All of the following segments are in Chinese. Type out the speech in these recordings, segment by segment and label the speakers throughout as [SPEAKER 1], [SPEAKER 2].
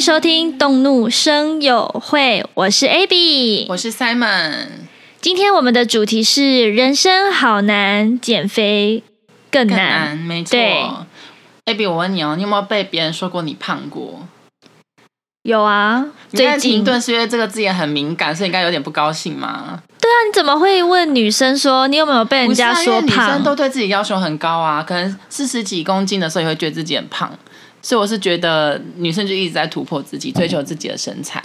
[SPEAKER 1] 收听《动怒声友会》，我是 AB，
[SPEAKER 2] 我是 Simon，
[SPEAKER 1] 今天我们的主题是人生好难，减肥更
[SPEAKER 2] 更
[SPEAKER 1] 难。
[SPEAKER 2] 难，没错
[SPEAKER 1] 嗯对。
[SPEAKER 2] Abby，我问你哦，你有没有被别人说过你胖过？
[SPEAKER 1] 有啊，
[SPEAKER 2] 你
[SPEAKER 1] 最
[SPEAKER 2] 在
[SPEAKER 1] 近
[SPEAKER 2] 停顿是因为这个字眼很敏感，所以你应该有点不高兴嘛？
[SPEAKER 1] 那你怎么会问女生说你有没有被人
[SPEAKER 2] 不是啊
[SPEAKER 1] 家说
[SPEAKER 2] 因为女
[SPEAKER 1] 胖
[SPEAKER 2] 生？都对自己要求很高啊，可能四十几公斤的时候也会觉得自己很胖，所以我是觉得女生就一直在突破自己，追求自己的身材。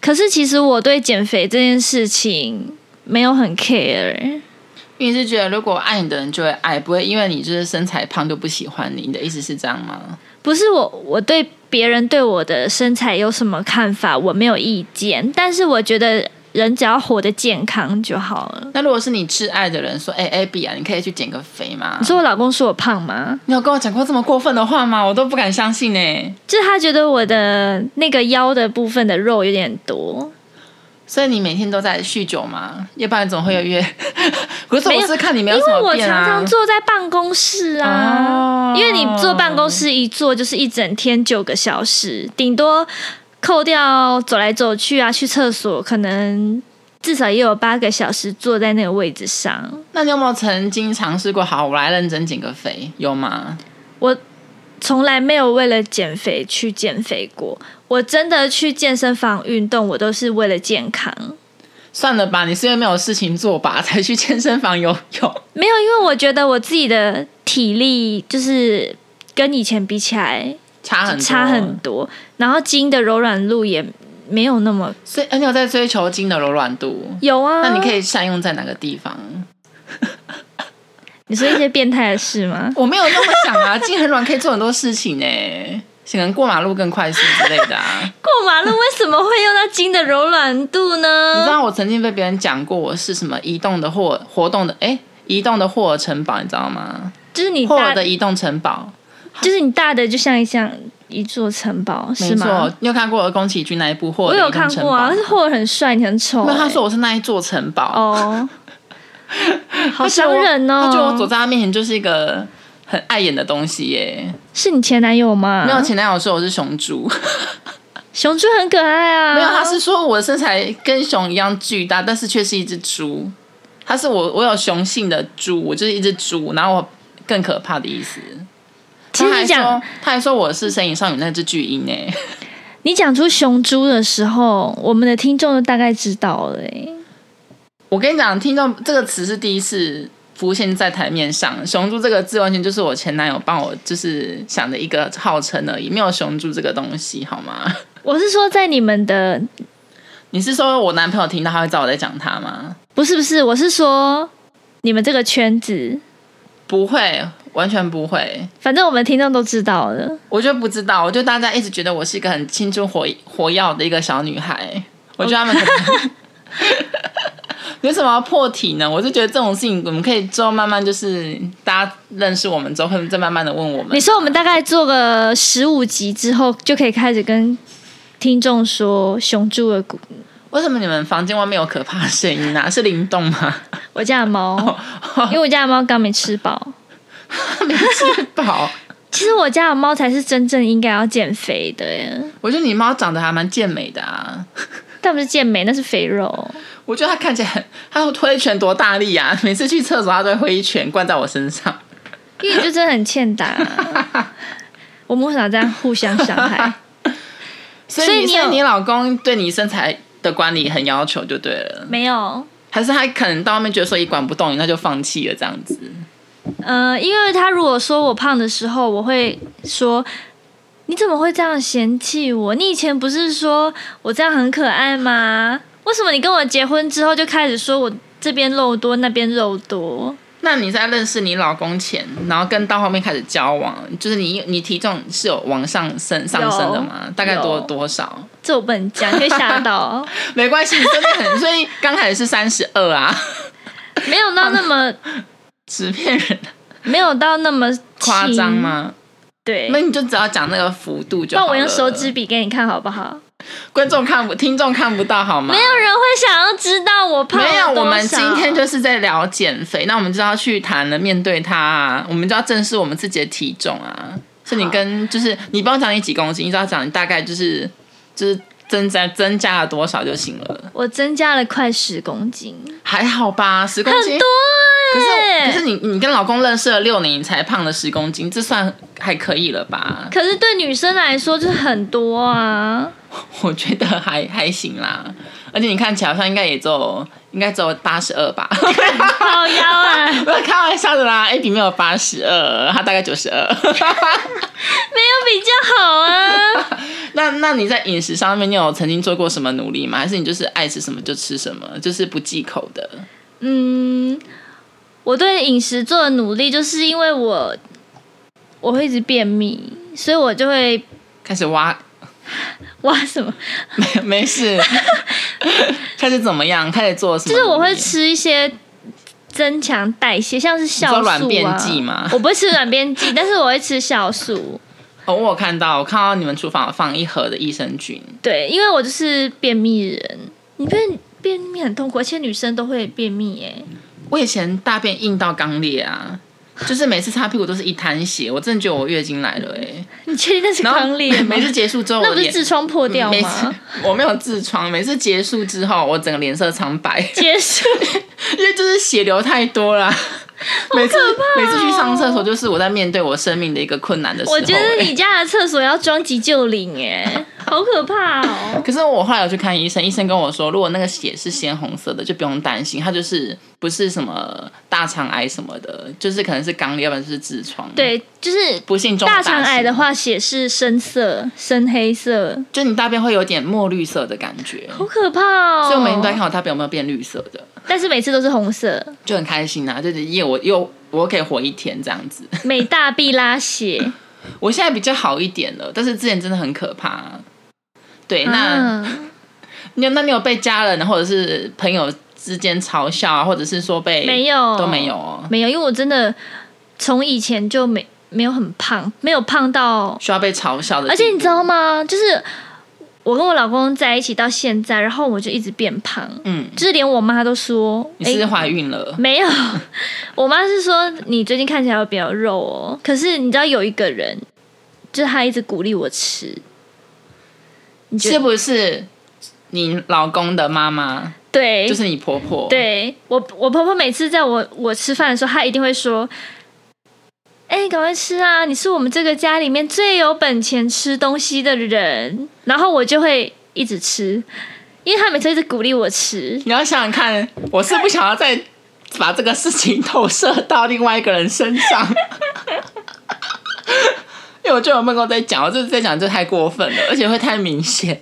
[SPEAKER 1] 可是其实我对减肥这件事情没有很 care，
[SPEAKER 2] 因为你是觉得如果爱你的人就会爱，不会因为你就是身材胖就不喜欢你，你的意思是这样吗？
[SPEAKER 1] 不是我我对别人对我的身材有什么看法，我没有意见，但是我觉得人只要活得健康就好了。
[SPEAKER 2] 那如果是你挚爱的人说，哎、a b b y 啊，你可以去减个肥吗？
[SPEAKER 1] 你说我老公说我胖吗？
[SPEAKER 2] 你有跟我讲过这么过分的话吗？我都不敢相信呢、
[SPEAKER 1] 就是他觉得我的那个腰的部分的肉有点多，
[SPEAKER 2] 所以你每天都在酗酒吗？要不然总会有约。 可是
[SPEAKER 1] 没
[SPEAKER 2] 我
[SPEAKER 1] 有
[SPEAKER 2] 是看你没有
[SPEAKER 1] 因
[SPEAKER 2] 什
[SPEAKER 1] 为
[SPEAKER 2] 么
[SPEAKER 1] 我
[SPEAKER 2] 变
[SPEAKER 1] 常
[SPEAKER 2] 啊。
[SPEAKER 1] 常坐在办公室啊。
[SPEAKER 2] 哦
[SPEAKER 1] 因为你坐办公室一坐就是一整天九个小时，顶多扣掉走来走去啊，去厕所，可能至少也有八个小时坐在那个位置上。
[SPEAKER 2] 那你有没有曾经尝试过？好，我来认真减个肥，有吗？
[SPEAKER 1] 我从来没有为了减肥去减肥过，我真的去健身房运动，我都是为了健康。
[SPEAKER 2] 算了吧，你是因为没有事情做吧，才去健身房游泳。
[SPEAKER 1] 没有，因为我觉得我自己的体力就是跟以前比起来
[SPEAKER 2] 差很多
[SPEAKER 1] 差很多，然后筋的柔软度也没有那么
[SPEAKER 2] 所以，呃你有在追求筋的柔软度？
[SPEAKER 1] 有啊。
[SPEAKER 2] 那你可以善用在哪个地方？？
[SPEAKER 1] 你说一些变态的事吗
[SPEAKER 2] 我没有那么想 啊，筋很软可以做很多事情呢、可能过马路更快速之类的啊。
[SPEAKER 1] 过马路为什么会用到筋的柔软度
[SPEAKER 2] 你知
[SPEAKER 1] 呢？
[SPEAKER 2] 道我曾经被别人讲过我是什么移动的或活动的哎、移动的霍尔城堡，你知道吗？
[SPEAKER 1] 就是你
[SPEAKER 2] 霍尔
[SPEAKER 1] 大
[SPEAKER 2] 的，移动城堡，
[SPEAKER 1] 就是你大的就像一像一座城堡，是
[SPEAKER 2] 没
[SPEAKER 1] 吗
[SPEAKER 2] 错？。你有看过宫崎骏那一部霍
[SPEAKER 1] 我
[SPEAKER 2] 尔的
[SPEAKER 1] 有
[SPEAKER 2] 移
[SPEAKER 1] 看
[SPEAKER 2] 动城堡？
[SPEAKER 1] 过啊，但是霍尔很帅，你很丑、
[SPEAKER 2] 没有，他
[SPEAKER 1] 欸
[SPEAKER 2] 说我是那一座城堡，
[SPEAKER 1] 哦，好
[SPEAKER 2] 他觉得
[SPEAKER 1] 伤
[SPEAKER 2] 我
[SPEAKER 1] 人哦。
[SPEAKER 2] 他觉得我走在他面前就是一个很碍眼的东西耶。
[SPEAKER 1] 是你前男友吗？
[SPEAKER 2] 没有，前男友说我是熊猪，
[SPEAKER 1] 嗯熊猪很可爱啊。
[SPEAKER 2] 没有，他是说我的身材跟熊一样巨大，但是却是一只猪。他是我，我有雄性的猪，我就是一只猪，然后我更可怕的意思。
[SPEAKER 1] 其实你
[SPEAKER 2] 他还
[SPEAKER 1] 讲
[SPEAKER 2] 说，他还说我是《神隐少女》那只巨婴哎、
[SPEAKER 1] 你讲出熊猪的时候，我们的听众就大概知道了、欸。
[SPEAKER 2] 我跟你讲，听众这个词是第一次浮现在台面上，“熊猪”这个字完全就是我前男友帮我就是想的一个号称而已，没有“熊猪”这个东西，好吗？
[SPEAKER 1] 我是说，在你们的
[SPEAKER 2] 你是说我男朋友听到他会知道我在讲他吗？
[SPEAKER 1] 不是不是，我是说你们这个圈子，
[SPEAKER 2] 不会，完全不会。
[SPEAKER 1] 反正我们听众都知道了。
[SPEAKER 2] 我就不知道，我就大家一直觉得我是一个很青春活活跃的一个小女孩，我觉得他们可能 有什么要破题呢？我就觉得这种事情我们可以之后慢慢就是大家认识我们之后，会再慢慢的问我们。
[SPEAKER 1] 你说我们大概做个十五集之后，就可以开始跟听众说熊猪的故。
[SPEAKER 2] 为什么你们房间外面有可怕的声音啊？是灵动吗？
[SPEAKER 1] 我家的猫，因为我家的猫刚没吃饱。
[SPEAKER 2] 没吃饱。
[SPEAKER 1] 其实我家的猫才是真正应该要减肥的耶，
[SPEAKER 2] 我觉得你猫长得还蛮健美的啊，
[SPEAKER 1] 但不是健美，那是肥肉。
[SPEAKER 2] 我觉得它看起来很，它推拳多大力啊！每次去厕所它都会挥一拳灌在我身上。
[SPEAKER 1] 因为你就真的很欠 打、我们为啥这样互相伤害？
[SPEAKER 2] 所
[SPEAKER 1] 所以
[SPEAKER 2] 以你
[SPEAKER 1] 你
[SPEAKER 2] 所以
[SPEAKER 1] 有
[SPEAKER 2] 你老公对你身材的管理很要求就对 了，
[SPEAKER 1] 没有，
[SPEAKER 2] 还是他可能到外面觉得说你管不动你，那就放弃了这样子。
[SPEAKER 1] 呃，因为他如果说我胖的时候，我会说。你怎么会这样嫌弃我？你以前不是说我这样很可爱吗？为什么你跟我结婚之后就开始说我这边肉多那边肉多？
[SPEAKER 2] 那你在认识你老公前，然后跟到后面开始交往，就是你你体重是有往上升上升的吗
[SPEAKER 1] 有？
[SPEAKER 2] 大概多
[SPEAKER 1] 有
[SPEAKER 2] 多少？
[SPEAKER 1] 这我不能讲，你会吓到。
[SPEAKER 2] 没关系，你真的 很，所以刚开始是三十二啊，
[SPEAKER 1] 没有到那么
[SPEAKER 2] 纸片人
[SPEAKER 1] 没有到那 么
[SPEAKER 2] 夸张
[SPEAKER 1] 轻？
[SPEAKER 2] 吗？
[SPEAKER 1] 对，
[SPEAKER 2] 那你就只要讲那个幅度就
[SPEAKER 1] 那
[SPEAKER 2] 好了。
[SPEAKER 1] 我用手指，比给你看好不好？
[SPEAKER 2] 观众看不，听众看不到好吗？
[SPEAKER 1] 没有人会想要知道我胖了
[SPEAKER 2] 没有，
[SPEAKER 1] 多
[SPEAKER 2] 我们今
[SPEAKER 1] 少
[SPEAKER 2] 天就是在聊减肥，那我们就要去谈了，面对它、啊，我们就要正视我们自己的体重啊。所以你跟就是你不要讲你几公斤，你只要讲你大概就是就是增加增加了多少就行了，
[SPEAKER 1] 我增加了快十公斤，
[SPEAKER 2] 还好吧？十公
[SPEAKER 1] 很
[SPEAKER 2] 斤
[SPEAKER 1] 多
[SPEAKER 2] 可
[SPEAKER 1] 哎、
[SPEAKER 2] 是可是你你跟老公认识了六年，你才胖了十公斤，这算还可以了吧？
[SPEAKER 1] 可是对女生来说就是很多 啊，
[SPEAKER 2] 我觉得还还行啦，而且你看起来好像应该也只有应该只有八十 二吧，
[SPEAKER 1] 好腰啊，没有
[SPEAKER 2] 不是开玩笑的啦，A B 没有八十二，他大概九十二。
[SPEAKER 1] 比较好啊。
[SPEAKER 2] 那那你在饮食上面，你有曾经做过什么努力吗？还是你就是爱吃什么就吃什么，就是不忌口的？
[SPEAKER 1] 嗯，我对饮食做的努力，就是因为我我会一直便秘，所以我就会
[SPEAKER 2] 开始挖，
[SPEAKER 1] 哇什么，
[SPEAKER 2] 没没事， 开始怎么样？开始做什么？
[SPEAKER 1] 就是我会啊吃一些增强代谢，像是酵素啊。
[SPEAKER 2] 你说软便剂吗
[SPEAKER 1] 我不会吃软便剂，但是我会吃酵素。
[SPEAKER 2] 哦，我有看到，我看到你们厨房有放一盒的益生菌，
[SPEAKER 1] 对，因为我就是便秘人，你便便秘很痛苦，而且女生都会便秘耶、
[SPEAKER 2] 我以前大便硬到肛裂啊，就是每次擦屁股都是一滩血，我真的觉得我月经来了哎、欸。
[SPEAKER 1] 你确定那是
[SPEAKER 2] 然后
[SPEAKER 1] 肛裂吗
[SPEAKER 2] 每？次结束之后，
[SPEAKER 1] 那
[SPEAKER 2] 我
[SPEAKER 1] 不是
[SPEAKER 2] 脸
[SPEAKER 1] 痔疮破掉
[SPEAKER 2] 每次
[SPEAKER 1] 吗？
[SPEAKER 2] 嗯我没有痔疮，每次结束之后，我整个脸色苍白，
[SPEAKER 1] 结束，
[SPEAKER 2] 因为就是血流太多了。每次、每次去上厕所，就是我在面对我生命的一个困难的时候、
[SPEAKER 1] 哦我觉得
[SPEAKER 2] 欸
[SPEAKER 1] 你家的厕所要装急救铃耶、好可怕哦！
[SPEAKER 2] 可是我后来有去看医生，医生跟我说，如果那个血是鲜红色的，就不用担心，它就是不是什么大肠癌什么的，就是可能是肛裂，要不然就是痔疮。，
[SPEAKER 1] 对，就是
[SPEAKER 2] 不幸中的
[SPEAKER 1] 大肠癌
[SPEAKER 2] 幸
[SPEAKER 1] 的话，血是深色、深黑色，
[SPEAKER 2] 就你大便会有点墨绿色的感觉，
[SPEAKER 1] 好可怕哦！
[SPEAKER 2] 所以我每天都在看我大便有没有变绿色的，
[SPEAKER 1] 但是每次都是红色，
[SPEAKER 2] 就很开心啊，就是耶，我又我可以活一天这样子。
[SPEAKER 1] 美大必拉 血。
[SPEAKER 2] 我现在比较好一点了，但是之前真的很可怕、对，哎那、
[SPEAKER 1] 啊、
[SPEAKER 2] 你有那你有被家人或者是朋友之间嘲笑啊，或者是说被
[SPEAKER 1] 没有
[SPEAKER 2] 都没有哦，
[SPEAKER 1] 没有，因为我真的从以前就没没有很胖，没有胖到
[SPEAKER 2] 需要被嘲笑的地步，
[SPEAKER 1] 而且你知道吗？就是我跟我老公在一起到现在，然后我就一直变胖，
[SPEAKER 2] 嗯，
[SPEAKER 1] 就是连我妈都说，
[SPEAKER 2] 你是不
[SPEAKER 1] 诶
[SPEAKER 2] 是怀孕了？
[SPEAKER 1] 没有，我妈是说你最近看起来有比较肉哦。可是你知道有一个人，就是他一直鼓励我吃，你觉
[SPEAKER 2] 是
[SPEAKER 1] 得
[SPEAKER 2] 不是你老公的妈妈
[SPEAKER 1] 对，
[SPEAKER 2] 就是你婆婆？，
[SPEAKER 1] 哎对我，我婆婆每次在我我吃饭的时候，她一定会说：“哎、赶快吃啊！你是我们这个家里面最有本钱吃东西的人。”然后我就会一直吃，因为她每次一直鼓励我吃。
[SPEAKER 2] 你要想想看，我是不想要再把这个事情投射到另外一个人身上。 因为我就有梦过在讲，我就是在讲这太过分了，而且会太明显。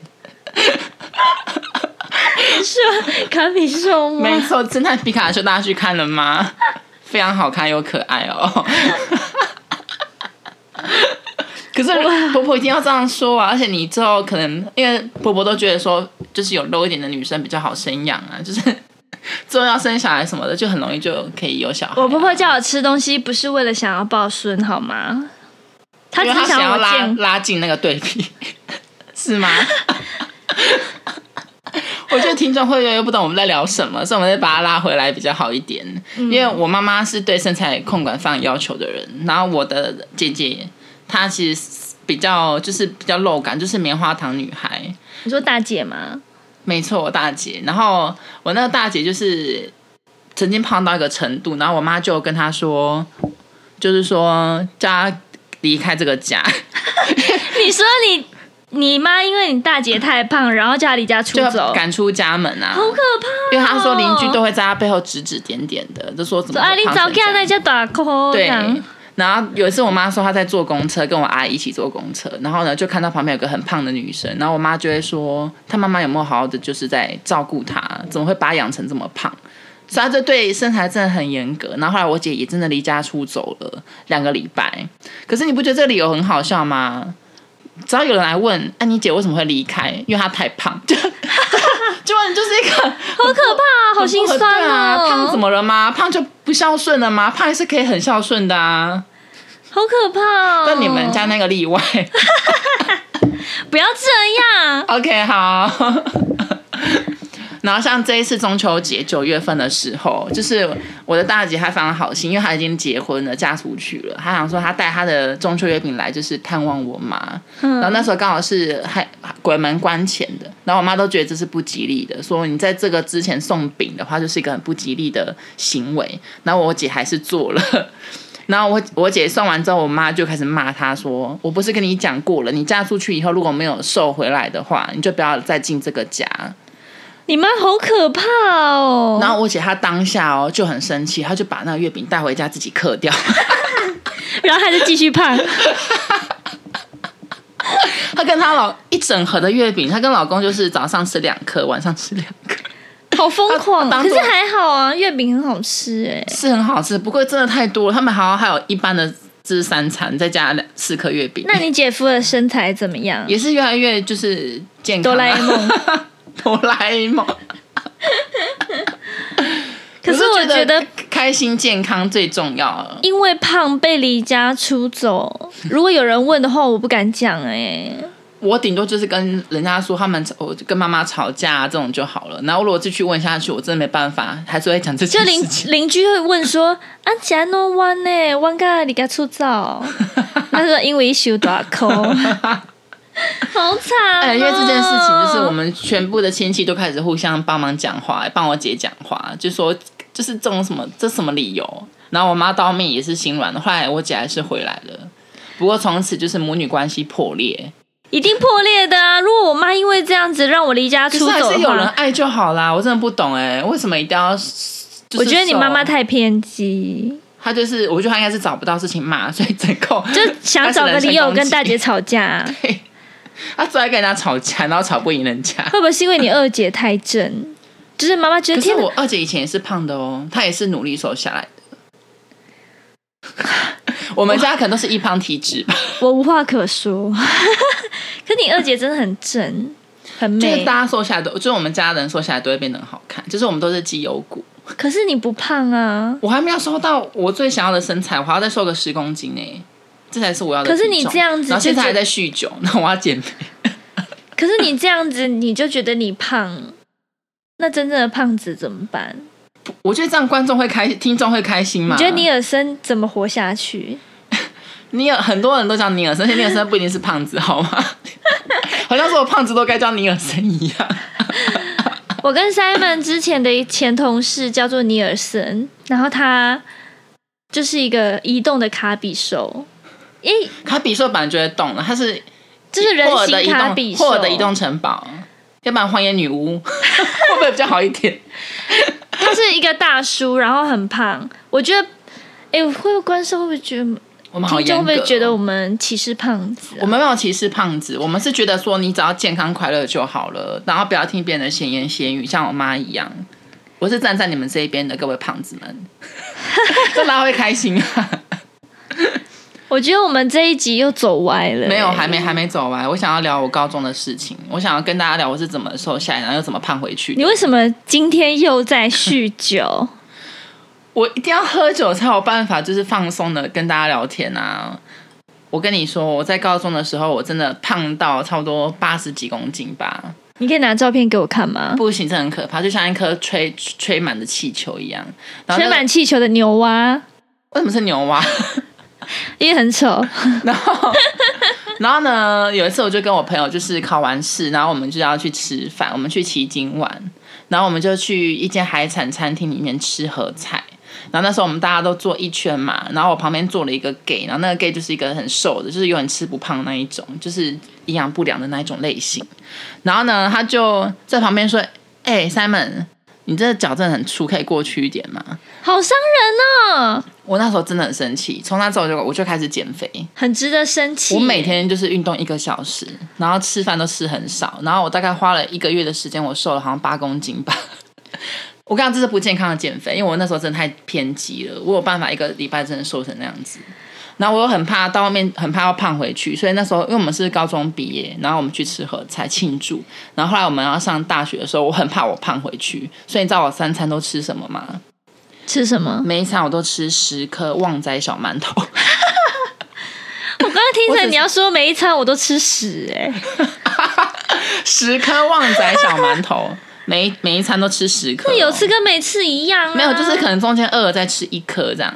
[SPEAKER 1] 是啊卡比兽
[SPEAKER 2] 没
[SPEAKER 1] 吗？
[SPEAKER 2] 错，侦探皮卡丘大家去看 了吗？非常好看又可爱哦。可是婆婆一定要这样说啊！而且你之后可能因为婆婆都觉得说，就是有肉一点的女生比较好生养啊，就是 之后要生小孩什么的，就很容易就可以有小孩啊、
[SPEAKER 1] 我婆婆叫我吃东西，不是为了想要抱孙，好吗？她
[SPEAKER 2] 因
[SPEAKER 1] 只
[SPEAKER 2] 为她
[SPEAKER 1] 是
[SPEAKER 2] 想
[SPEAKER 1] 要
[SPEAKER 2] 要
[SPEAKER 1] 我
[SPEAKER 2] 拉
[SPEAKER 1] 健
[SPEAKER 2] 拉近那个对比， 是 吗？我觉得听众会越来越不懂我们在聊什么，所以我们再把它拉回来比较好一点。
[SPEAKER 1] 嗯
[SPEAKER 2] 因为我妈妈是对身材控管非常要求的人，然后我的姐姐她其实比较就是比较肉感，就是棉花糖女孩，
[SPEAKER 1] 你说大姐吗？
[SPEAKER 2] 没错，我大姐。然后我那个大姐就是曾经胖到一个程度，然后我妈就跟她说，就是说叫她离开这个家。
[SPEAKER 1] 你说你你妈因为你大姐太胖，然后叫她离家出
[SPEAKER 2] 就
[SPEAKER 1] 走，
[SPEAKER 2] 赶出家门啊！
[SPEAKER 1] 好可怕、哦！
[SPEAKER 2] 因为他说邻居都会在他背后指指点点的，就说怎么
[SPEAKER 1] 啊，
[SPEAKER 2] 会
[SPEAKER 1] 你
[SPEAKER 2] 胖
[SPEAKER 1] 早
[SPEAKER 2] 成这
[SPEAKER 1] 看
[SPEAKER 2] 样
[SPEAKER 1] 那家打 call 这样
[SPEAKER 2] 对。然后有一次，我妈说她在坐公车，跟我阿姨一起坐公车，然后呢就看到旁边有个很胖的女生，然后我妈就会说，她妈妈有没有好好的就是在照顾她，怎么会把她养成这么胖？所以她就对身材真的很严格。然后后来我姐也真的离家出走了两个礼拜，可是你不觉得这个理由很好笑吗？只要有人来问，哎、你姐为什么会离开？因为她太胖， 就就就问就是一个
[SPEAKER 1] 好可 怕、啊，好心酸
[SPEAKER 2] 对啊！胖怎
[SPEAKER 1] 哦，
[SPEAKER 2] 么了吗？胖就不孝顺了吗？胖也是可以很孝顺的啊。
[SPEAKER 1] 好可怕、哦！
[SPEAKER 2] 但你们家那个例外。
[SPEAKER 1] 不要这样，
[SPEAKER 2] OK，好。然后像这一次中秋节九月份的时候，就是我的大姐她非常好心，因为她已经结婚了，嫁出去了。她想说她带她的中秋月饼来，就是探望我妈。然后那时候刚好是还鬼门关前的，然后我妈都觉得这是不吉利的，说你在这个之前送饼的话，就是一个很不吉利的行为。然后我姐还是做了。然后我我姐送完之后，我妈就开始骂她说：“我不是跟你讲过了，你嫁出去以后如果没有瘦回来的话，你就不要再进这个家。”
[SPEAKER 1] 你妈好可怕哦！
[SPEAKER 2] 然后我姐她当下哦就很生气，她就把那个月饼带回家自己嗑掉，
[SPEAKER 1] 然后还是继续胖，
[SPEAKER 2] 她跟她老一整盒的月饼，她跟老公就是早上吃两颗，晚上吃两颗，
[SPEAKER 1] 好疯狂。哦
[SPEAKER 2] 她她当
[SPEAKER 1] 可
[SPEAKER 2] 作
[SPEAKER 1] 是还好啊，月饼很好吃哎、
[SPEAKER 2] 是很好吃，不过真的太多了，他们好像还有一般的吃三餐，再加两四颗月饼，
[SPEAKER 1] 那你姐夫的身材怎么 样？
[SPEAKER 2] 也是越来越就是健康、
[SPEAKER 1] 哆
[SPEAKER 2] 啊
[SPEAKER 1] 啦 A 梦。
[SPEAKER 2] 哆啦 A 梦。
[SPEAKER 1] 可是我
[SPEAKER 2] 我就
[SPEAKER 1] 觉得，
[SPEAKER 2] 开心健康最重要了。
[SPEAKER 1] 因为胖被离家出走，如果有人问的话，我不敢讲哎、
[SPEAKER 2] 我顶多就是跟人家说他们吵我跟妈妈吵架、啊、这种就好了。然后如果继续问下去，我真的没办法，还是会讲这
[SPEAKER 1] 就
[SPEAKER 2] 件
[SPEAKER 1] 邻
[SPEAKER 2] 事情。
[SPEAKER 1] 邻居会问说：“啊，家诺弯呢？弯个离家出 走？”他说：“因为一宿打 call。”好惨、哦！
[SPEAKER 2] 哎，因为这件事情，就是我们全部的亲戚都开始互相帮忙讲话，帮我姐讲话，就说就是这种什么这什么理由。然后我妈当面也是心软，后来我姐还是回来了。不过从此就是母女关系破裂，
[SPEAKER 1] 一定破裂的啊！如果我妈因为这样子让我离家
[SPEAKER 2] 可
[SPEAKER 1] 出
[SPEAKER 2] 是还
[SPEAKER 1] 走
[SPEAKER 2] 是
[SPEAKER 1] 的
[SPEAKER 2] 有人
[SPEAKER 1] 话，
[SPEAKER 2] 爱就好啦。我真的不懂哎、为什么一定要？就是
[SPEAKER 1] 我觉得你妈妈
[SPEAKER 2] 受
[SPEAKER 1] 太偏激，
[SPEAKER 2] 她就是，我觉得她应该是找不到事情骂，所以整个
[SPEAKER 1] 就想找个理由跟大姐吵架。
[SPEAKER 2] 他最爱跟人家吵架，然后吵不赢 人家。
[SPEAKER 1] 会不会是因为你二姐太正？就是妈妈觉
[SPEAKER 2] 可
[SPEAKER 1] 得
[SPEAKER 2] 是
[SPEAKER 1] 天哪，
[SPEAKER 2] 我二姐以前也是胖的哦，她也是努力瘦下来的。 我们家可能都是易胖体质吧，
[SPEAKER 1] 我无话可说。 可你二姐真的很正，很
[SPEAKER 2] 就是
[SPEAKER 1] 美。
[SPEAKER 2] 大家瘦下来都，就是我们家人瘦下来都会变得很好看，就是我们都是肌肉骨。
[SPEAKER 1] 可是你不胖啊。
[SPEAKER 2] 我还没有瘦到我最想要的身材，我还要再瘦个十公斤呢、这才是我要的体
[SPEAKER 1] 可
[SPEAKER 2] 重。
[SPEAKER 1] 是你这样子
[SPEAKER 2] 然后现在
[SPEAKER 1] 就觉
[SPEAKER 2] 还在酗酒，那我要减肥。
[SPEAKER 1] 可是你这样子，你就觉得你胖，那真正的胖子怎么办？
[SPEAKER 2] 我觉得这样观众会开，听众会开心吗？
[SPEAKER 1] 你觉得尼尔森怎么活下去？
[SPEAKER 2] 尼尔，很多人都叫尼尔森，而且尼尔森不一定是胖子，好吗？ 好像说胖子都该叫尼尔森一样。
[SPEAKER 1] 我跟 Simon 之前的前同事叫做尼尔森，然后他就是一个移动的卡比兽，诶，
[SPEAKER 2] 卡比兽本来就会动了，它是
[SPEAKER 1] 就是人
[SPEAKER 2] 霍尔的移
[SPEAKER 1] 形卡比
[SPEAKER 2] 动，
[SPEAKER 1] 兽。
[SPEAKER 2] 霍尔的移动城堡，要不然荒野女巫 会不会比较好一点？
[SPEAKER 1] 他是一个大叔，然后很胖。我觉得，诶，会不会观众会不会觉得
[SPEAKER 2] 我们好
[SPEAKER 1] 听
[SPEAKER 2] 严
[SPEAKER 1] 众
[SPEAKER 2] 格，哦
[SPEAKER 1] 会不会觉得我们歧视胖子、
[SPEAKER 2] 我
[SPEAKER 1] 啊？
[SPEAKER 2] 们没有歧视胖子，我们是觉得说你只要健康快乐就好了，然后不要听别人的闲言闲语，像我妈一样。我是站在你们这一边的各位胖子们， 这大家会开心啊！
[SPEAKER 1] 我觉得我们这一集又走歪了、
[SPEAKER 2] 没有，还没还没走完。我想要聊我高中的事情，我想要跟大家聊我是怎么瘦下来，然后又怎么胖回去的。
[SPEAKER 1] 你为什么今天又在酗酒？
[SPEAKER 2] 我一定要喝酒才有办法，就是放松的跟大家聊天啊！我跟你说，我在高中的时候，我真的胖到差不多八十几公斤吧，
[SPEAKER 1] 你可以拿照片给我看吗？
[SPEAKER 2] 不行，这很可怕，就像一颗吹吹满的气球一样。然后
[SPEAKER 1] 吹
[SPEAKER 2] 那
[SPEAKER 1] 满气球的牛蛙
[SPEAKER 2] 为什么是牛蛙？
[SPEAKER 1] 也很丑，
[SPEAKER 2] 然后，然后呢？有一次我就跟我朋友就是考完试，然后我们就要去吃饭，我们去旗津玩，然后我们就去一间海产餐厅里面吃合菜。然后那时候我们大家都坐一圈嘛，然后我旁边坐了一个 gay，然后那个 gay 就是一个很瘦的，就是有点吃不胖那一种，就是营养不良的那一种类型。然后呢，他就在旁边说：“哎、s i m o n 你这脚真的很粗，可以过去一点吗
[SPEAKER 1] 好伤人哦，？”
[SPEAKER 2] 我那时候真的很生气，从那之后我就我就开始减肥。
[SPEAKER 1] 很值得生气。
[SPEAKER 2] 我每天就是运动一个小时，然后吃饭都吃很少，然后我大概花了一个月的时间，我瘦了好像八公斤吧。 我跟你讲，这是不健康的减肥，因为我那时候真的太偏激了，我有办法一个礼拜真的瘦成那样子。然后我又很怕到外面，很怕要胖回去，所以那时候因为我们是高中毕业，然后我们去吃合菜庆祝，然后后来我们要上大学的时候，我很怕我胖回去，所以你知道我三餐都吃什么吗？
[SPEAKER 1] 吃什么？
[SPEAKER 2] 每一餐我都吃十颗旺仔小馒头。
[SPEAKER 1] 我刚刚听
[SPEAKER 2] 我只
[SPEAKER 1] 成
[SPEAKER 2] 是
[SPEAKER 1] 你要说每欸一餐我都吃屎哎、
[SPEAKER 2] 十颗旺仔小馒头， 每一每一餐都吃十颗哦、
[SPEAKER 1] 那有吃跟没吃一样、啊，
[SPEAKER 2] 没有？就是可能中间饿了再吃一颗这样，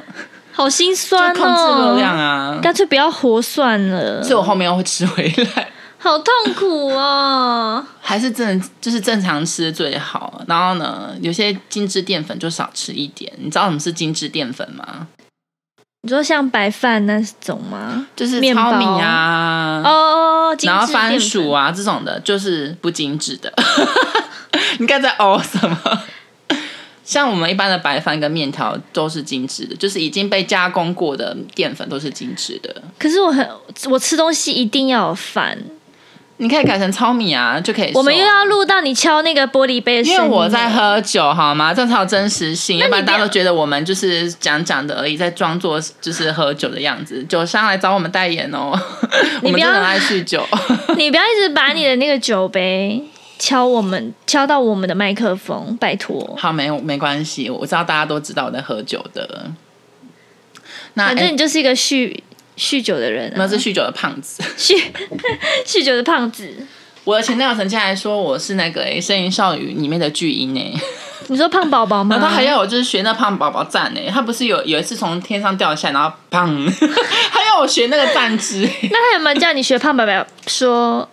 [SPEAKER 1] 好心酸
[SPEAKER 2] 就控制
[SPEAKER 1] 哦，
[SPEAKER 2] 热量啊。
[SPEAKER 1] 干脆不要活算了，
[SPEAKER 2] 所以我后面又会吃回来，
[SPEAKER 1] 好痛苦哦。
[SPEAKER 2] 还是正就是正常吃最好。然后呢，有些精致淀粉就少吃一点。你知道什么是精致淀粉吗？
[SPEAKER 1] 你说像白饭那种吗？
[SPEAKER 2] 就是
[SPEAKER 1] 面包
[SPEAKER 2] 糙米啊，
[SPEAKER 1] 哦，精致
[SPEAKER 2] 然后番
[SPEAKER 1] 淀粉
[SPEAKER 2] 薯啊这种的，就是不精致 的。你刚才在哦什么？像我们一般的白饭跟面条都是精致的，就是已经被加工过的淀粉都是精致的。
[SPEAKER 1] 可是我很，我吃东西一定要有饭。
[SPEAKER 2] 你可以改成糙米啊，就可以瘦。
[SPEAKER 1] 我们又要录到你敲那个玻璃杯的声
[SPEAKER 2] 因
[SPEAKER 1] 音，
[SPEAKER 2] 为我在。喝酒，好吗？这才有真实性，要不然大家都觉得我们就是讲讲的而已，在装作就是喝酒的样子。酒商来找我们代言哦， 我
[SPEAKER 1] 你不
[SPEAKER 2] 们
[SPEAKER 1] 要
[SPEAKER 2] 真的很爱酗酒。
[SPEAKER 1] 你不要一直把你的那个酒杯敲我们，敲到我们的麦克风，拜托。
[SPEAKER 2] 好，没没关系，我知道大家都知道我在喝酒的。那
[SPEAKER 1] 反正
[SPEAKER 2] 哎
[SPEAKER 1] 你就是一个酗酗酒的人、
[SPEAKER 2] 那
[SPEAKER 1] 啊，
[SPEAKER 2] 是酗酒的胖子。
[SPEAKER 1] 酗酗酒的胖子。
[SPEAKER 2] 我的前男友曾经还说我是那个哎《声音少女》里面的巨婴哎，
[SPEAKER 1] 你说胖宝宝吗？
[SPEAKER 2] 然后他还要我就是学那胖宝宝站哎，他不是有有一次从天上掉下来，然后砰， 他要我学那个站姿哎。
[SPEAKER 1] 那他有没有叫你学胖宝宝说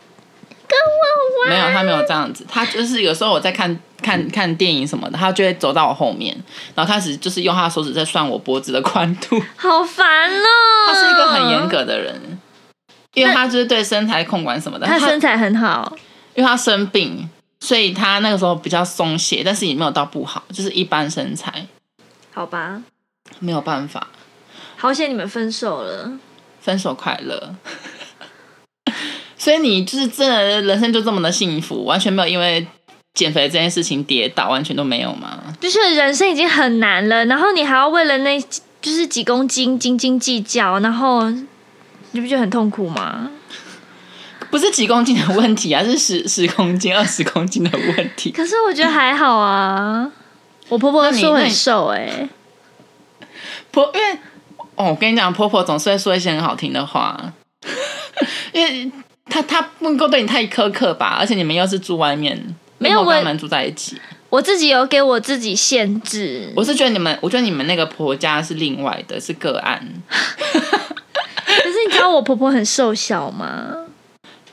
[SPEAKER 1] 跟我玩？
[SPEAKER 2] 没有，他没有这样子，他就是有时候我在看看看电影什么的，他就会走到我后面，然后开始就是用他的手指在算我脖子的宽度。
[SPEAKER 1] 好烦哦。
[SPEAKER 2] 他是一个很
[SPEAKER 1] 嗯
[SPEAKER 2] 严，格的人，因为他就是对身材控管什么的。
[SPEAKER 1] 他身材很好，
[SPEAKER 2] 因为他生病，所以他那个时候比较松懈，但是也没有到不好，就是一般身材，
[SPEAKER 1] 好吧？
[SPEAKER 2] 没有办法。
[SPEAKER 1] 好险你们分手了。
[SPEAKER 2] 分手快乐。 所以你就是真的人生就这么的幸福，完全没有因为减肥这件事情跌倒，完全都没有吗？
[SPEAKER 1] 就是人生已经很难了，然后你还要为了那几就是几公斤斤斤计较，然后你不觉得很痛苦吗？
[SPEAKER 2] 不是几公斤的问题啊，是十十公斤、二十公斤的问题。
[SPEAKER 1] 可是我觉得还好啊，我婆婆
[SPEAKER 2] 那你
[SPEAKER 1] 说我
[SPEAKER 2] 那
[SPEAKER 1] 很
[SPEAKER 2] 你
[SPEAKER 1] 瘦哎、
[SPEAKER 2] 婆，因为哦，我跟你讲，婆婆总是会说一些很好听的话， 因为她她不能够对你太苛刻吧，而且你们又是住外面，
[SPEAKER 1] 没有
[SPEAKER 2] 又跟
[SPEAKER 1] 我
[SPEAKER 2] 他们住在一起。
[SPEAKER 1] 我自己有给我自己限制，
[SPEAKER 2] 我是觉得你们，我觉得你们那个婆家是另外的，是个案。
[SPEAKER 1] 可是你知道我婆婆很瘦小吗？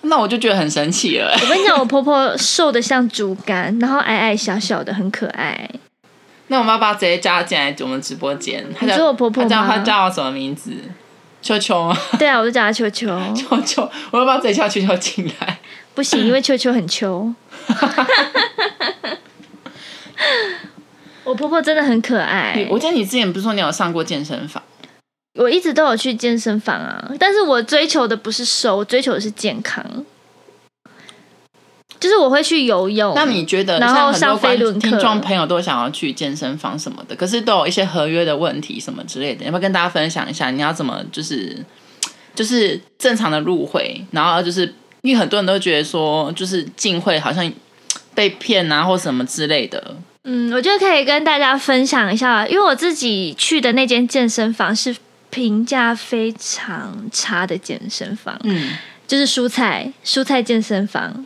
[SPEAKER 2] 那我就觉得很神奇了。
[SPEAKER 1] 我跟你讲，我婆婆瘦的像竹竿，然后矮矮小小的，很可爱。
[SPEAKER 2] 那我们要不要直接叫她进来我们直播间？她
[SPEAKER 1] 你
[SPEAKER 2] 叫
[SPEAKER 1] 说我婆婆
[SPEAKER 2] 她叫
[SPEAKER 1] 吗
[SPEAKER 2] 她叫什么名字？秋秋吗？
[SPEAKER 1] 对啊，我就叫她秋秋，
[SPEAKER 2] 秋 秋，我要不要直接叫秋秋进来？
[SPEAKER 1] 不行，因为秋秋很 秋。我婆婆真的很可爱
[SPEAKER 2] 你，我记得你之前不是说你有上过健身房？
[SPEAKER 1] 我一直都有去健身房啊，但是我追求的不是瘦，我追求的是健康。就是我会去游泳，
[SPEAKER 2] 那你觉得，
[SPEAKER 1] 然
[SPEAKER 2] 像
[SPEAKER 1] 后
[SPEAKER 2] 很
[SPEAKER 1] 上
[SPEAKER 2] 多
[SPEAKER 1] 飞
[SPEAKER 2] 观
[SPEAKER 1] 轮课
[SPEAKER 2] 听众朋友都想要去健身房什么的，可是都有一些合约的问题什么之类的，要不要跟大家分享一下？你要怎么就是就是正常的入会，然后就是因为很多人都觉得说，就是进会好像被骗啊或什么之类的。
[SPEAKER 1] 嗯，我觉得可以跟大家分享一下，因为我自己去的那间健身房是评价非常差的健身房，
[SPEAKER 2] 嗯，
[SPEAKER 1] 就是蔬菜蔬菜健身房。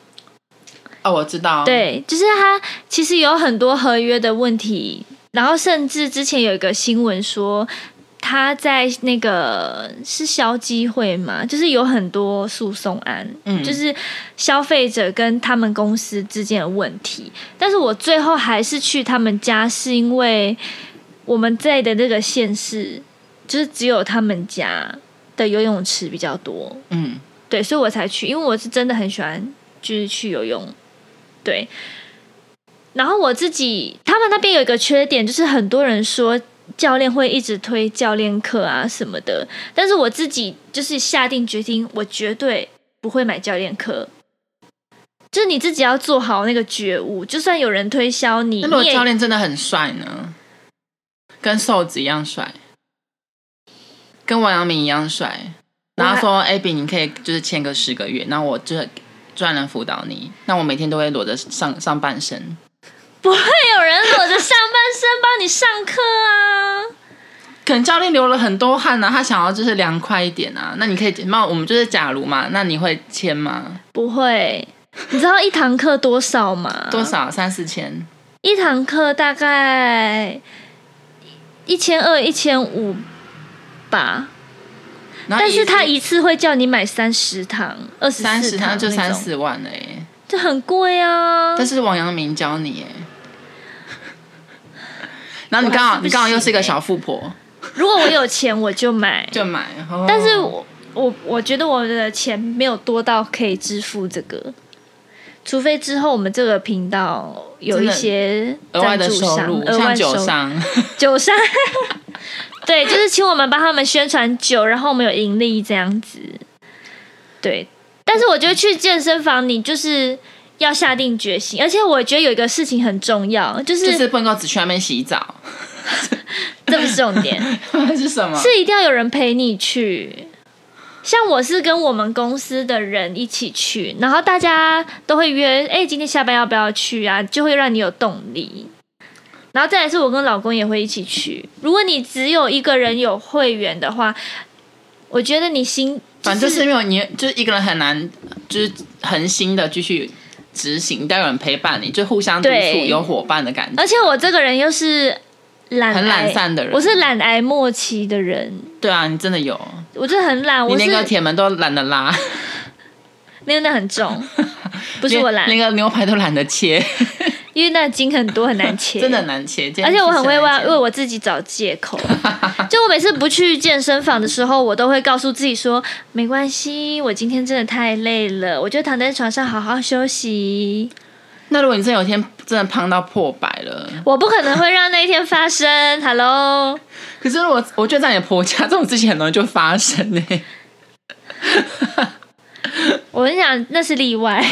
[SPEAKER 2] 哦，我知道，，
[SPEAKER 1] 对，就是它其实有很多合约的问题，然后甚至之前有一个新闻说。他在那个是消基会嘛，就是有很多诉讼案，
[SPEAKER 2] 嗯，
[SPEAKER 1] 就是消费者跟他们公司之间的问题。但是我最后还是去他们家，是因为我们在的那个县市，就是只有他们家的游泳池比较多，
[SPEAKER 2] 嗯，
[SPEAKER 1] 对，所以我才去，因为我是真的很喜欢，就是去游泳，对。然后我自己，他们那边有一个缺点，就是很多人说教练会一直推教练课啊什么的，但是我自己就是下定决心，我绝对不会买教练课。就是你自己要做好那个觉悟，就算有人推销你，
[SPEAKER 2] 那如果
[SPEAKER 1] 你也
[SPEAKER 2] 教练真的很帅呢，跟瘦子一样帅，跟王阳明一样帅，然后说 a b 你可以就是签个十个月，那我就是专人辅导你，那我每天都会裸着上上半身，
[SPEAKER 1] 不会有人裸着上半身帮你上课啊。
[SPEAKER 2] 可能教练流了很多汗呢、他想要就是啊凉快一点啊，那你可以，那我们就是假如嘛，那你会签吗？
[SPEAKER 1] 不会，你知道一堂课多少吗？
[SPEAKER 2] 多？少三四千？
[SPEAKER 1] 一堂课大概一千二、一千五吧。
[SPEAKER 2] 然后
[SPEAKER 1] 但是他
[SPEAKER 2] 一
[SPEAKER 1] 一次会叫你买三十堂、二十
[SPEAKER 2] 三
[SPEAKER 1] 四
[SPEAKER 2] 十，他就
[SPEAKER 1] 那
[SPEAKER 2] 三
[SPEAKER 1] 种，
[SPEAKER 2] 四万了耶。
[SPEAKER 1] 这很贵啊。
[SPEAKER 2] 但是王阳明教你耶， 然后你
[SPEAKER 1] 我还
[SPEAKER 2] 刚
[SPEAKER 1] 是
[SPEAKER 2] 好
[SPEAKER 1] 不
[SPEAKER 2] 你刚好又是一个
[SPEAKER 1] 行耶欸
[SPEAKER 2] 小富婆，
[SPEAKER 1] 如果我有钱，我就 买。
[SPEAKER 2] 就买。哦
[SPEAKER 1] 但是我我我觉得我的钱没有多到可以支付这个，除非之后我们这个频道有一些
[SPEAKER 2] 额外的
[SPEAKER 1] 赞助
[SPEAKER 2] 收
[SPEAKER 1] 商
[SPEAKER 2] 入，
[SPEAKER 1] 额
[SPEAKER 2] 像
[SPEAKER 1] 外收
[SPEAKER 2] 酒
[SPEAKER 1] 入
[SPEAKER 2] 商，
[SPEAKER 1] 酒商， 对，就是请我们帮他们宣传酒，然后我们有盈利这样子。对，但是我觉得去健身房，你就是要下定决心，而且我觉得有一个事情很重要，就是、
[SPEAKER 2] 就是不能够只去那边洗澡，
[SPEAKER 1] 这不是重点，
[SPEAKER 2] 是什么？
[SPEAKER 1] 是一定要有人陪你去。像我是跟我们公司的人一起去，然后大家都会约，哎、今天下班要不要去啊？就会让你有动力。然后再来是我跟老公也会一起去。如果你只有一个人有会员的话，我觉得你心、
[SPEAKER 2] 反正就是没有你，就是一个人很难，就是恒心的继续执行，但有人陪伴你，就互相督促，
[SPEAKER 1] 对
[SPEAKER 2] 有伙伴的感觉。
[SPEAKER 1] 而且我这个人又是懒癌
[SPEAKER 2] 很懒散的人
[SPEAKER 1] 我是懒癌末期的人，
[SPEAKER 2] 对啊，你真的有，
[SPEAKER 1] 我真的很懒，
[SPEAKER 2] 你
[SPEAKER 1] 我是
[SPEAKER 2] 连个铁门都懒得拉，
[SPEAKER 1] 没有那很 重，不
[SPEAKER 2] 不
[SPEAKER 1] 是我懒，
[SPEAKER 2] 连个牛排都懒得 切，
[SPEAKER 1] 因为那筋很多很难切，
[SPEAKER 2] 真的很难切。
[SPEAKER 1] 而且我很会
[SPEAKER 2] 为
[SPEAKER 1] 为为我自己找借口， 就我每次不去健身房的时候，我都会告诉自己说，没关系，我今天真的太累了，我就躺在床上好好休息。
[SPEAKER 2] 那如果你真的有一天真的胖到破百了，
[SPEAKER 1] 我不可能会让那一天发生。Hello，
[SPEAKER 2] 可是我我觉得在你的婆家这种事情很容易就发生欸呢、
[SPEAKER 1] 我跟你讲，那是例 外。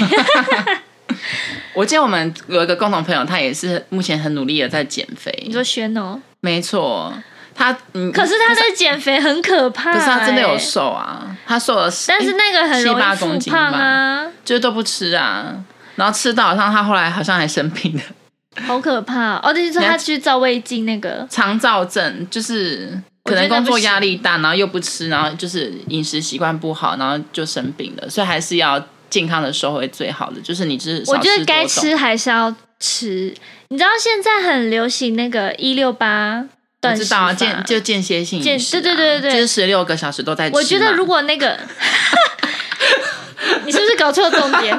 [SPEAKER 2] 我记得我们有一个共同朋友，他也是目前很努力的在减肥
[SPEAKER 1] 你。说轩哦，
[SPEAKER 2] 没错，他嗯，
[SPEAKER 1] 可是他在减肥很可怕、
[SPEAKER 2] 可是他真的有
[SPEAKER 1] 欸
[SPEAKER 2] 瘦啊，他瘦了十，
[SPEAKER 1] 但是
[SPEAKER 2] 诶
[SPEAKER 1] 那个很容
[SPEAKER 2] 七八
[SPEAKER 1] 易
[SPEAKER 2] 公
[SPEAKER 1] 复
[SPEAKER 2] 斤
[SPEAKER 1] 胖啊，
[SPEAKER 2] 就是都不吃啊，然后吃到好像他后来好像还生病了，
[SPEAKER 1] 好可怕哦！哦就是说
[SPEAKER 2] 你要
[SPEAKER 1] 他去照胃镜那个，
[SPEAKER 2] 肠燥症就是可能
[SPEAKER 1] 我觉得
[SPEAKER 2] 工
[SPEAKER 1] 不
[SPEAKER 2] 作
[SPEAKER 1] 行
[SPEAKER 2] 压力大，然后又不吃，然后就是饮食习惯不好，然后就生病了，所以还是要健康的收回最好的，就是你就是
[SPEAKER 1] 我
[SPEAKER 2] 少
[SPEAKER 1] 觉得该
[SPEAKER 2] 多动
[SPEAKER 1] 吃还是要吃。你知道现在很流行那个一六八
[SPEAKER 2] 我
[SPEAKER 1] 断食
[SPEAKER 2] 知道啊，
[SPEAKER 1] 法，
[SPEAKER 2] 间就间歇性
[SPEAKER 1] 间
[SPEAKER 2] 饮食啊、
[SPEAKER 1] 对对对对对
[SPEAKER 2] 就是十六个小时都在吃嘛。
[SPEAKER 1] 我觉得如果那 个，你是不是搞错重 点？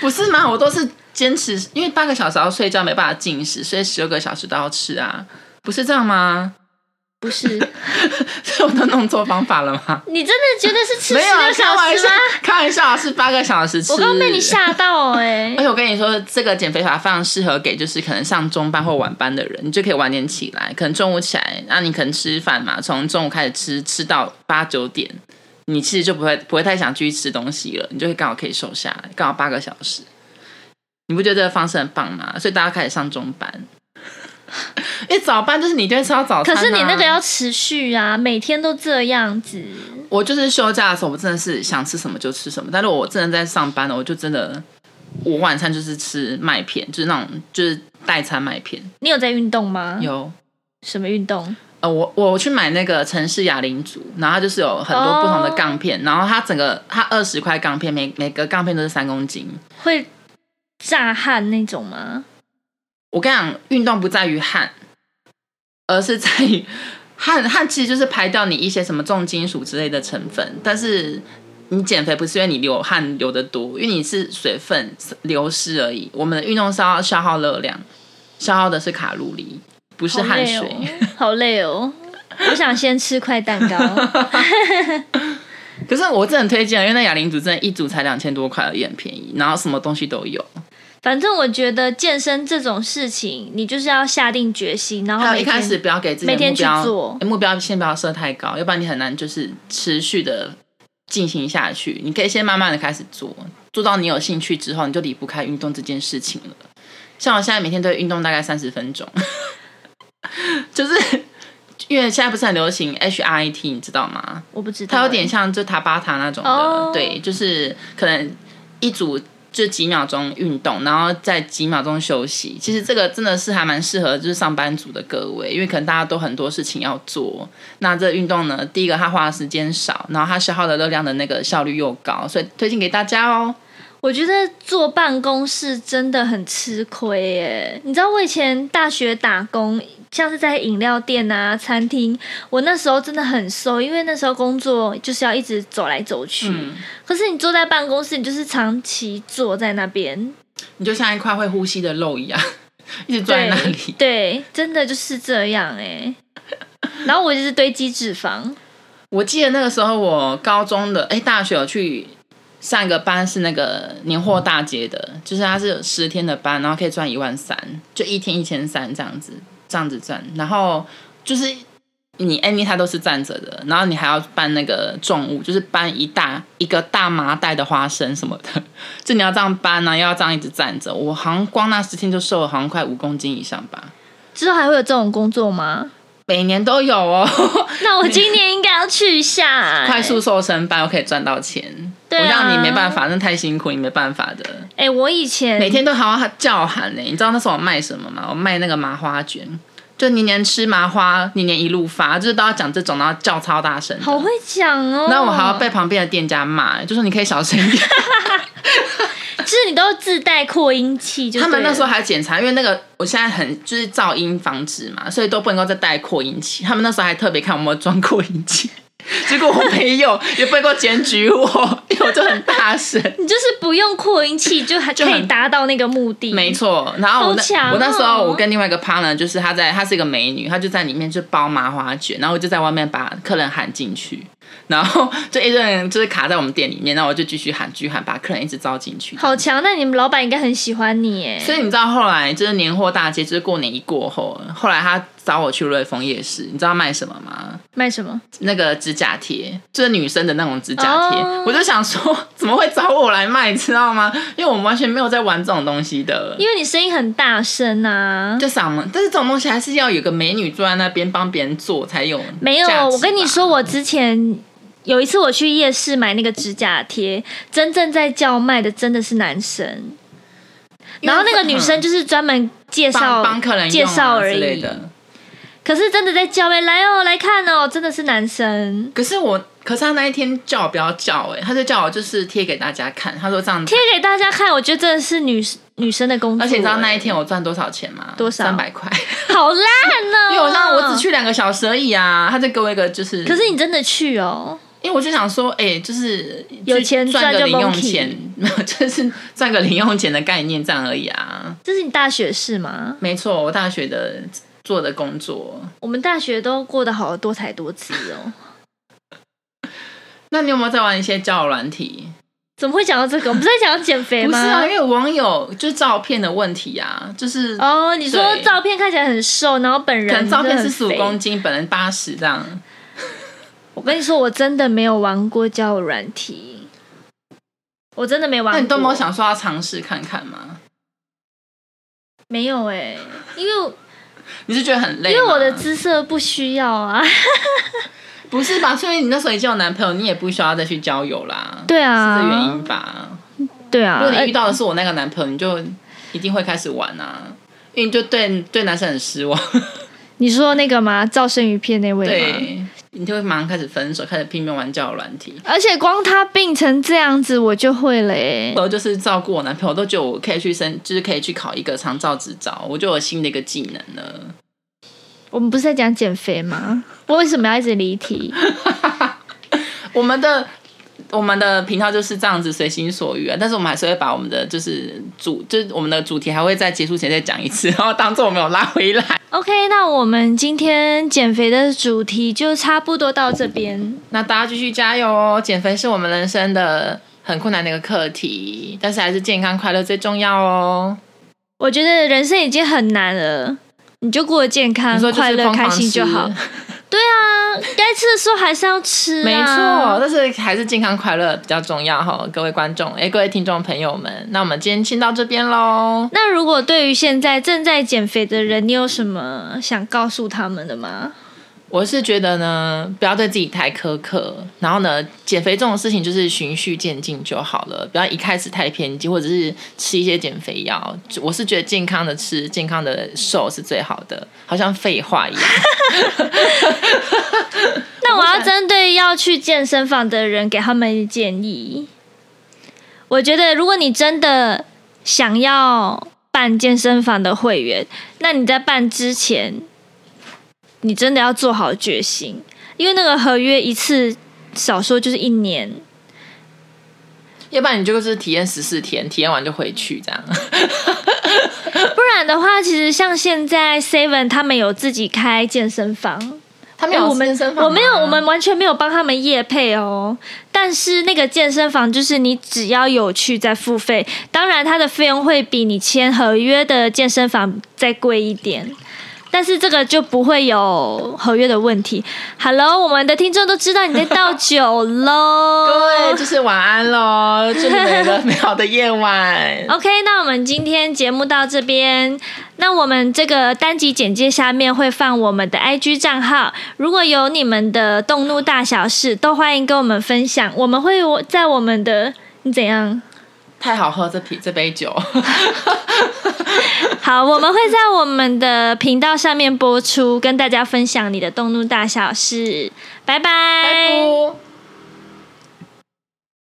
[SPEAKER 2] 不是吗？我都是坚持，因为八个小时要睡觉，没办法进食，所以十六个小时都要吃啊，不是这样吗？
[SPEAKER 1] 不是，
[SPEAKER 2] 所以我都弄错方法了吗？
[SPEAKER 1] 你真的觉得是吃
[SPEAKER 2] 没有
[SPEAKER 1] 十
[SPEAKER 2] 啊，
[SPEAKER 1] 六
[SPEAKER 2] 开
[SPEAKER 1] 小
[SPEAKER 2] 玩
[SPEAKER 1] 时
[SPEAKER 2] 笑
[SPEAKER 1] 吗？，
[SPEAKER 2] 开玩笑啊，是八个小时吃。
[SPEAKER 1] 我刚刚被你。吓到哎、
[SPEAKER 2] 而且我跟你说，这个减肥法非常适合给就是可能上中班或晚班的人，你就可以晚点起来，可能中午起来，那你可能吃饭嘛，从中午开始吃，吃到八九点，你其实就不会不会太想继续吃东西了，你就会刚好可以瘦下来，刚好八个小时。你不觉得这个方式很棒吗？所以大家开始上中班， 因为早班就是你就会吃到早餐、
[SPEAKER 1] 可
[SPEAKER 2] 啊。
[SPEAKER 1] 是你那个要持续啊，每天都这样子。
[SPEAKER 2] 我就是休假的时候，我真的是想吃什么就吃什么。但是我真的在上班了，我就真的，我晚餐就是吃麦片，就是那种就是代餐麦片。
[SPEAKER 1] 你有在运动吗？
[SPEAKER 2] 有，
[SPEAKER 1] 什么运动？
[SPEAKER 2] 呃，我我去买那个城市哑铃组，然后它就是有很多不同的杠片，然后它整个它二十块杠片，每每个杠片都是三公斤。
[SPEAKER 1] 会炸汗那种吗？
[SPEAKER 2] 我跟你讲，运动不在于汗，而是在于汗。汗其实就是排掉你一些什么重金属之类的成分，但是你减肥不是因为你流汗流的多，因为你是水分流失而已。我们的运动是要消耗热量，消耗的是卡路里，不是汗
[SPEAKER 1] 哦
[SPEAKER 2] 水。
[SPEAKER 1] 好累哦，好累哦。我想先吃块蛋糕，
[SPEAKER 2] 可是我真的很推荐，因为那哑铃组真的一组才两千多块而已，很便宜，然后什么东西都有。
[SPEAKER 1] 反正我觉得健身这种事情，你就是要下定决心，然后
[SPEAKER 2] 还有
[SPEAKER 1] 每
[SPEAKER 2] 一开
[SPEAKER 1] 天
[SPEAKER 2] 始不要给自己
[SPEAKER 1] 每
[SPEAKER 2] 的
[SPEAKER 1] 天
[SPEAKER 2] 目标哎
[SPEAKER 1] 去做
[SPEAKER 2] 诶目标先不要设太高，要不然你很难就是持续的进行下去。你可以先慢慢的开始做，做到你有兴趣之后，你就离不开运动这件事情了。像我现在每天都会运动大概三十分钟， 就是因为现在不是很流行 HRIT，你知道吗？
[SPEAKER 1] 我不知道欸，
[SPEAKER 2] 它有点像就塔巴塔那种的，
[SPEAKER 1] 哦
[SPEAKER 2] 对，就是可能一组就几秒钟运动，然后再几秒钟休息。其实这个真的是还蛮适合就是上班族的各位，因为可能大家都很多事情要做。那这运动呢，第一个它花的时间少，然后它消耗的热量的那个效率又高，所以推荐给大家哦。
[SPEAKER 1] 我觉得坐办公室真的很吃亏耶。你知道我以前大学打工，像是在饮料店啊、餐厅，我那时候真的很瘦，因为那时候工作就是要一直走来走去。
[SPEAKER 2] 嗯，
[SPEAKER 1] 可是你坐在办公室，你就是长期坐在那边，
[SPEAKER 2] 你就像一块会呼吸的肉一样， 一直 坐在那里。
[SPEAKER 1] 对，真的就是这样 哎。然后我就是堆积脂肪，
[SPEAKER 2] 我记得那个时候我高中的，哎、大学有去上一个班是那个年货大街的，就是它是十天的班，然后可以赚一万三，就一天一千三这样子，这样子赚，然后就是。你 any 它都是站着的，然后你还要搬那个重物，就是搬一大一个大麻袋的花生什么的，就你要这样搬呢、啊，又要这样一直站着。我好像光那十天就瘦了，好像快五公斤以上吧。
[SPEAKER 1] 之后还会有这种工作吗？
[SPEAKER 2] 每年都有哦，
[SPEAKER 1] 那我今年应该要去一下、哎
[SPEAKER 2] 快速瘦身班，我可以赚到钱。
[SPEAKER 1] 对、啊，
[SPEAKER 2] 我让你没办。法，那太辛苦，你没办法的。
[SPEAKER 1] 哎、我以前
[SPEAKER 2] 每天都好好叫喊呢、你知道那时候我卖什么吗？我卖那个麻花卷，就年年吃麻花，年年一路发，就是都要讲这种，然后叫超大声的。
[SPEAKER 1] 好会讲哦。
[SPEAKER 2] 然后我还要被旁边的店家骂，欸就说你可以小 声一点。
[SPEAKER 1] 就是你都自带扩音器就，
[SPEAKER 2] 他们那时候。还检查，因为那个我现在很就是噪音防止嘛，所以都不能够再带扩音器。他们那时候还特别看我有没有装扩音器， 结果我没有，也不能够检举我，因为我就很大声。
[SPEAKER 1] 你就是不用扩音器，就还
[SPEAKER 2] 就
[SPEAKER 1] 可
[SPEAKER 2] 很
[SPEAKER 1] 以达到那个目的。
[SPEAKER 2] 没错，然后我
[SPEAKER 1] 好强哦
[SPEAKER 2] 那、我那时候我跟另外一个 partner 就是她在，她是一个美女，她就在里面就包麻花卷，然后我就在外面把客人喊进去，然后就一堆人就是卡在我们店里面，然后我就继续喊继续喊，把客人一直招进去。
[SPEAKER 1] 好强！那你们老板应该很喜欢你耶。
[SPEAKER 2] 所以你知道后来就是年货大街，就是过年一过后，后来她找我去瑞丰夜市，你知道卖什么吗？
[SPEAKER 1] 卖什么？
[SPEAKER 2] 那个指甲贴，就是女生的那种指甲贴。
[SPEAKER 1] 哦
[SPEAKER 2] 我就想说， 怎么会找我来卖，你知道吗？因为我们完全没有在玩这种东西的。
[SPEAKER 1] 因为你声音很大声啊。
[SPEAKER 2] 就嗓门，但是这种东西还是要有个美女坐在那边帮别人做才有。
[SPEAKER 1] 没有，我跟你，说，我之前有一次我去夜市买那个指甲贴，真正在叫卖的真的是男生，
[SPEAKER 2] 因为
[SPEAKER 1] 然后那个女生
[SPEAKER 2] 嗯
[SPEAKER 1] 就是专门介绍
[SPEAKER 2] 帮帮客人用啊
[SPEAKER 1] 介绍而
[SPEAKER 2] 之类
[SPEAKER 1] 已。
[SPEAKER 2] 的。
[SPEAKER 1] 可是真的在叫卖，来哦，来看哦，真的是男生
[SPEAKER 2] 可是我，可是他那一天叫我不要叫、欸，哎，他就叫我就是贴给大家看，他说这样。
[SPEAKER 1] 贴给大家看，我觉得真的是女女生的工作。
[SPEAKER 2] 而且你知道那一天我赚多少钱吗？
[SPEAKER 1] 欸多少
[SPEAKER 2] 三百块。
[SPEAKER 1] 好烂哦，
[SPEAKER 2] 因为我那我只。去两个小时而已啊，他就给我一个就是，
[SPEAKER 1] 可是你真的去哦，
[SPEAKER 2] 因为我就想说，哎、就是
[SPEAKER 1] 有钱
[SPEAKER 2] 就
[SPEAKER 1] 赚
[SPEAKER 2] 赚
[SPEAKER 1] 就
[SPEAKER 2] 个零用
[SPEAKER 1] monkey
[SPEAKER 2] 钱，没有， 就是赚个零用钱的概念这样而已啊。
[SPEAKER 1] 这是你大学是吗？
[SPEAKER 2] 没错，我大学的做的工作，
[SPEAKER 1] 我们大学都过得好多彩多姿哦，
[SPEAKER 2] 那你有没有在玩一些交友软体？
[SPEAKER 1] 怎么会讲到这个？我们不是在讲减肥
[SPEAKER 2] 不是
[SPEAKER 1] 吗？
[SPEAKER 2] 啊，因为网友就是照片的问题啊，就是可
[SPEAKER 1] 哦，你说
[SPEAKER 2] 对
[SPEAKER 1] 照片看起来很瘦，然后本人
[SPEAKER 2] 能照片是十
[SPEAKER 1] 真
[SPEAKER 2] 五
[SPEAKER 1] 的很
[SPEAKER 2] 公
[SPEAKER 1] 肥。
[SPEAKER 2] 斤，本人八十这样。
[SPEAKER 1] 我跟你说，我真的没有玩过交友软体，我真的没玩
[SPEAKER 2] 那
[SPEAKER 1] 过。
[SPEAKER 2] 你都没有想说要尝试看看吗？
[SPEAKER 1] 没有哎、因为
[SPEAKER 2] 你是觉得很累
[SPEAKER 1] 因
[SPEAKER 2] 吗？
[SPEAKER 1] 为我的姿色不需要啊。
[SPEAKER 2] 不是吧？所以你那时候已经有男朋友，你也不需要再去交友啦，
[SPEAKER 1] 对啊，
[SPEAKER 2] 是这原因吧？
[SPEAKER 1] 对
[SPEAKER 2] 如
[SPEAKER 1] 啊
[SPEAKER 2] 果，你遇
[SPEAKER 1] 呃
[SPEAKER 2] 到的是我那个男朋友，你就一定会开始玩啊，因为你就对对男生很失望，
[SPEAKER 1] 你说那个吗？造生鱼片那位吗？
[SPEAKER 2] 对，你就会马上开始分手，开始拼命玩交友软体。
[SPEAKER 1] 而且光他病成这样子，我就会了哎、
[SPEAKER 2] 然后就是照顾我男朋友，都觉得我可以去申，就是可以去考一个长照执照，我就有新的一个技能了。
[SPEAKER 1] 我们不是在讲减肥吗？我为什么要一直离题？
[SPEAKER 2] 我们的我们的频道就是这样子随心所欲啊，但是我们还是会把我们的就是主，就是我们的主题还会在结束前再讲一次， 然后当做我们有拉回来。
[SPEAKER 1] OK，那我们今天减肥的主题就差不多到这边。
[SPEAKER 2] 那大家继续加油哦，减肥是我们人生的很困难的一个课题，但是还是健康快乐最重要哦。
[SPEAKER 1] 我觉得人生已经很难了，你就过得健康
[SPEAKER 2] 你、说就是
[SPEAKER 1] 快乐、
[SPEAKER 2] 疯
[SPEAKER 1] 开
[SPEAKER 2] 狂
[SPEAKER 1] 心就
[SPEAKER 2] 吃
[SPEAKER 1] 好。对啊，该吃的时候还是要吃、啊。
[SPEAKER 2] 没错，，但是还是健康快乐比较重要哈，各位观众，哎，各位听众朋友们，那我们今天先到这边喽。
[SPEAKER 1] 那如果对于现在正在减肥的人，你有什么想告诉他们的吗？
[SPEAKER 2] 我是觉得呢，不要对自己太苛刻，然后呢，减肥这种事情就是循序渐进就好了，不要一开始太偏激，或者是吃一些减肥药。我是觉得健康的吃，健康的瘦是最好的，好像废 话一样。
[SPEAKER 1] 那我要针对要去健身房的人，给他们建议。我觉得如果你真的想要办健身房的会员，那你在办之前，你真的要做好决心，因为那个合约一次少说就是一年。
[SPEAKER 2] 要不然你就是体验十四天，体验完就回去这样。
[SPEAKER 1] 不然的话，其实像现在 Seven 他们有自己开健身房，
[SPEAKER 2] 他们
[SPEAKER 1] 哎
[SPEAKER 2] 有
[SPEAKER 1] 我们
[SPEAKER 2] 健身房吗
[SPEAKER 1] 我没有，我们完全没有帮他们业配哦。但是那个健身房就是你只要有去再付费，当然它的费用会比你签合约的健身房再贵一点。但是这个就不会有合约的问题。Hello，我们的听众都知道你在倒酒喽。
[SPEAKER 2] 对，。就是晚安喽，祝你们有个美好的夜晚
[SPEAKER 1] OK，那我们今天节目到这边。那我们这个单集简介下面会放我们的 IG 账号，如果有你们的动怒大小事，都欢迎跟我们分享。我们会在我们的你怎样？
[SPEAKER 2] 太好喝这啤这杯 酒，
[SPEAKER 1] 好，我们会在我们的频道上面播出，跟大家分享你的动怒大小事。拜拜。
[SPEAKER 2] 拜拜。